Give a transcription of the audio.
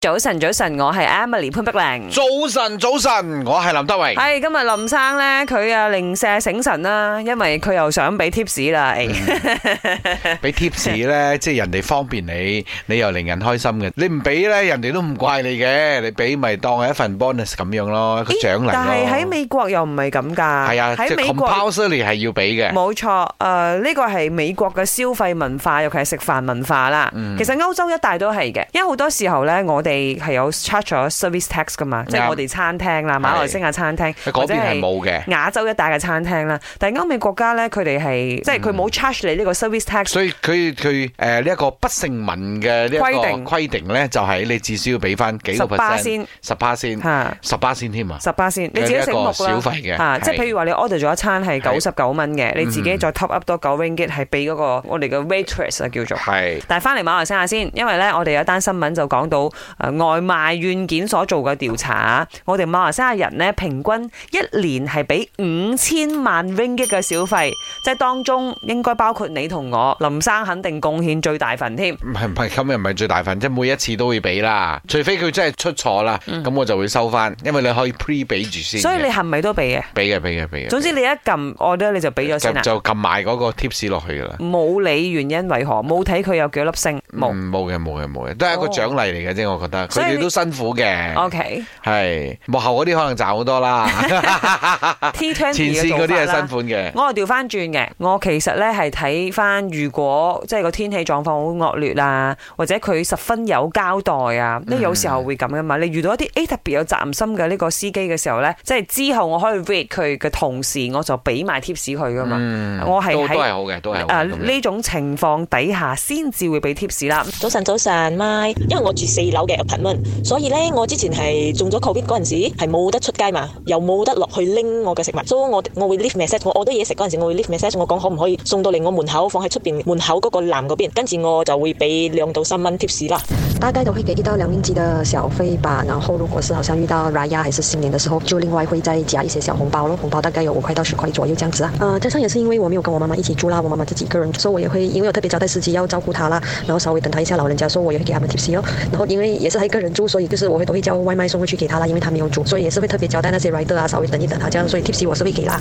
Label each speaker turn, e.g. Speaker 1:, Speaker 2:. Speaker 1: 早晨，早晨，我係 Emily 潘碧玲。
Speaker 2: 早晨，早晨，我係林德榮。
Speaker 1: 係今日林生咧，佢啊零舍醒神啦，因為佢又想俾 tips 啦。誒
Speaker 2: 俾 tips 咧， 即係人哋方便你，你又令人開心嘅。你唔俾咧，人哋都唔怪你嘅。你俾咪當係一份 bonus 咁樣咯，一個
Speaker 1: 咦
Speaker 2: 獎勵咯。
Speaker 1: 但係喺美國又唔係咁噶。
Speaker 2: 係啊，即
Speaker 1: 喺
Speaker 2: 係
Speaker 1: 美國
Speaker 2: compulsory 係要俾嘅。
Speaker 1: 冇錯。誒，呢個係美國嘅消費文化，尤其係食飯文化啦。其實歐洲一帶都係嘅，因為好多時候咧，我哋係有 charge 咗 service tax 噶嘛，即係
Speaker 2: 啱
Speaker 1: 我哋餐廳啦，馬來西亞餐廳
Speaker 2: 喺
Speaker 1: 或
Speaker 2: 嗰
Speaker 1: 者
Speaker 2: 邊係冇嘅，
Speaker 1: 亞洲一帶嘅餐廳啦。但係歐美國家咧，佢哋係即係佢冇 charge 你呢個 service tax。
Speaker 2: 所以佢佢誒呢一個不成文嘅呢一
Speaker 1: 規
Speaker 2: 個
Speaker 1: 定
Speaker 2: 規定咧，就係你至少要俾翻幾個
Speaker 1: 18
Speaker 2: percent，十巴仙，
Speaker 1: 嚇
Speaker 2: 十巴仙添啊！
Speaker 1: 十八先，你自己醒目
Speaker 2: 有
Speaker 1: 啦。
Speaker 2: 一個小費嘅
Speaker 1: 啊即係
Speaker 2: 係
Speaker 1: 譬如話你 order 咗一餐係九
Speaker 2: 係嗯
Speaker 1: 十九蚊嘅，你自己再 top up 多九 ringgit 係俾嗰個我哋嘅 waitress 啊叫做。
Speaker 2: 係
Speaker 1: 但係翻嚟馬來西亞先，因為咧我哋有單新聞就講到誒、呃外賣軟件所做嘅調查，我哋馬來西亞人咧平均一年係俾五千萬 ringgit 嘅小費，即係當中應該包括你同我，林生肯定貢獻最大份添。
Speaker 2: 唔係唔係，咁又唔係最大份，即係每一次都會俾啦。除非佢真係出錯啦，咁我就會收翻，因為你可以 pre 俾住先
Speaker 1: 嗯
Speaker 2: 嘅。
Speaker 1: 所以你係咪都俾嘅？
Speaker 2: 俾嘅，俾嘅，俾嘅。
Speaker 1: 總之你一撳 order 你就俾咗
Speaker 2: 就
Speaker 1: 先啊啦。
Speaker 2: 就撳埋嗰個 tips 落去噶啦。
Speaker 1: 冇理原因為何，冇睇佢有幾粒星，冇。
Speaker 2: 嗯冇嘅冇嘅冇嘅，都係一個
Speaker 1: 哦
Speaker 2: 獎勵嚟嘅啫，我覺得佢
Speaker 1: 所以
Speaker 2: 哋
Speaker 1: 你哦
Speaker 2: 都辛苦嘅，
Speaker 1: OK
Speaker 2: 係幕後嗰啲可能賺好多啦，
Speaker 1: T 20
Speaker 2: 啊前線嗰啲係辛。苦嘅。
Speaker 1: 我係調翻轉嘅，我其實咧係睇翻，如果即係個天氣狀況好惡劣啊，或者佢十分有交代啊，因為有時候會咁噶
Speaker 2: 嗯
Speaker 1: 嘛。你遇到一啲 A 特別有責任心嘅呢個司機嘅時候咧，即係之後我可以 read 佢嘅同時，我就俾埋 tips 佢噶嘛。
Speaker 2: 嗯
Speaker 1: 我係
Speaker 2: 都
Speaker 1: 喺
Speaker 2: 都係好嘅，都係好
Speaker 1: 啊，
Speaker 2: 嘅。咁樣
Speaker 1: 呢種情況底下先至會俾 tips 啦。
Speaker 3: 早晨，早晨，My，因為我住四樓嘅 apartment，所以咧我之前係中咗 covid 嗰陣時係冇得出街嘛，又冇得落去拎我嘅食物，所以我我會 leave message，我 order 嘢食嗰陣時，我會 leave message，我講可唔可以送到嚟我門口，放喺出邊門口嗰個欄嗰邊，跟住我就會俾兩到三蚊 tips 啦。
Speaker 4: 大概都会给一到两令吉的小费吧。然后如果是好像遇到 Raya 还是新年的时候，就另外会再加一些小红包咯，红包大概有五块到十块左右这样子啊。呃，加上也是因为我没有跟我妈妈一起住啦，我妈妈自己一个人住，所以我也会因为我特别交代司机要照顾她啦，然后稍微等她一下老人家，所以我也会给他们 tips 哦。然后因为也是她一个人住，所以就是我会都会叫外卖送过去给她啦，因为她没有煮，所以也是会特别交代那些 rider 啊，稍微等一等她这样，所以 tips 我是会给啦。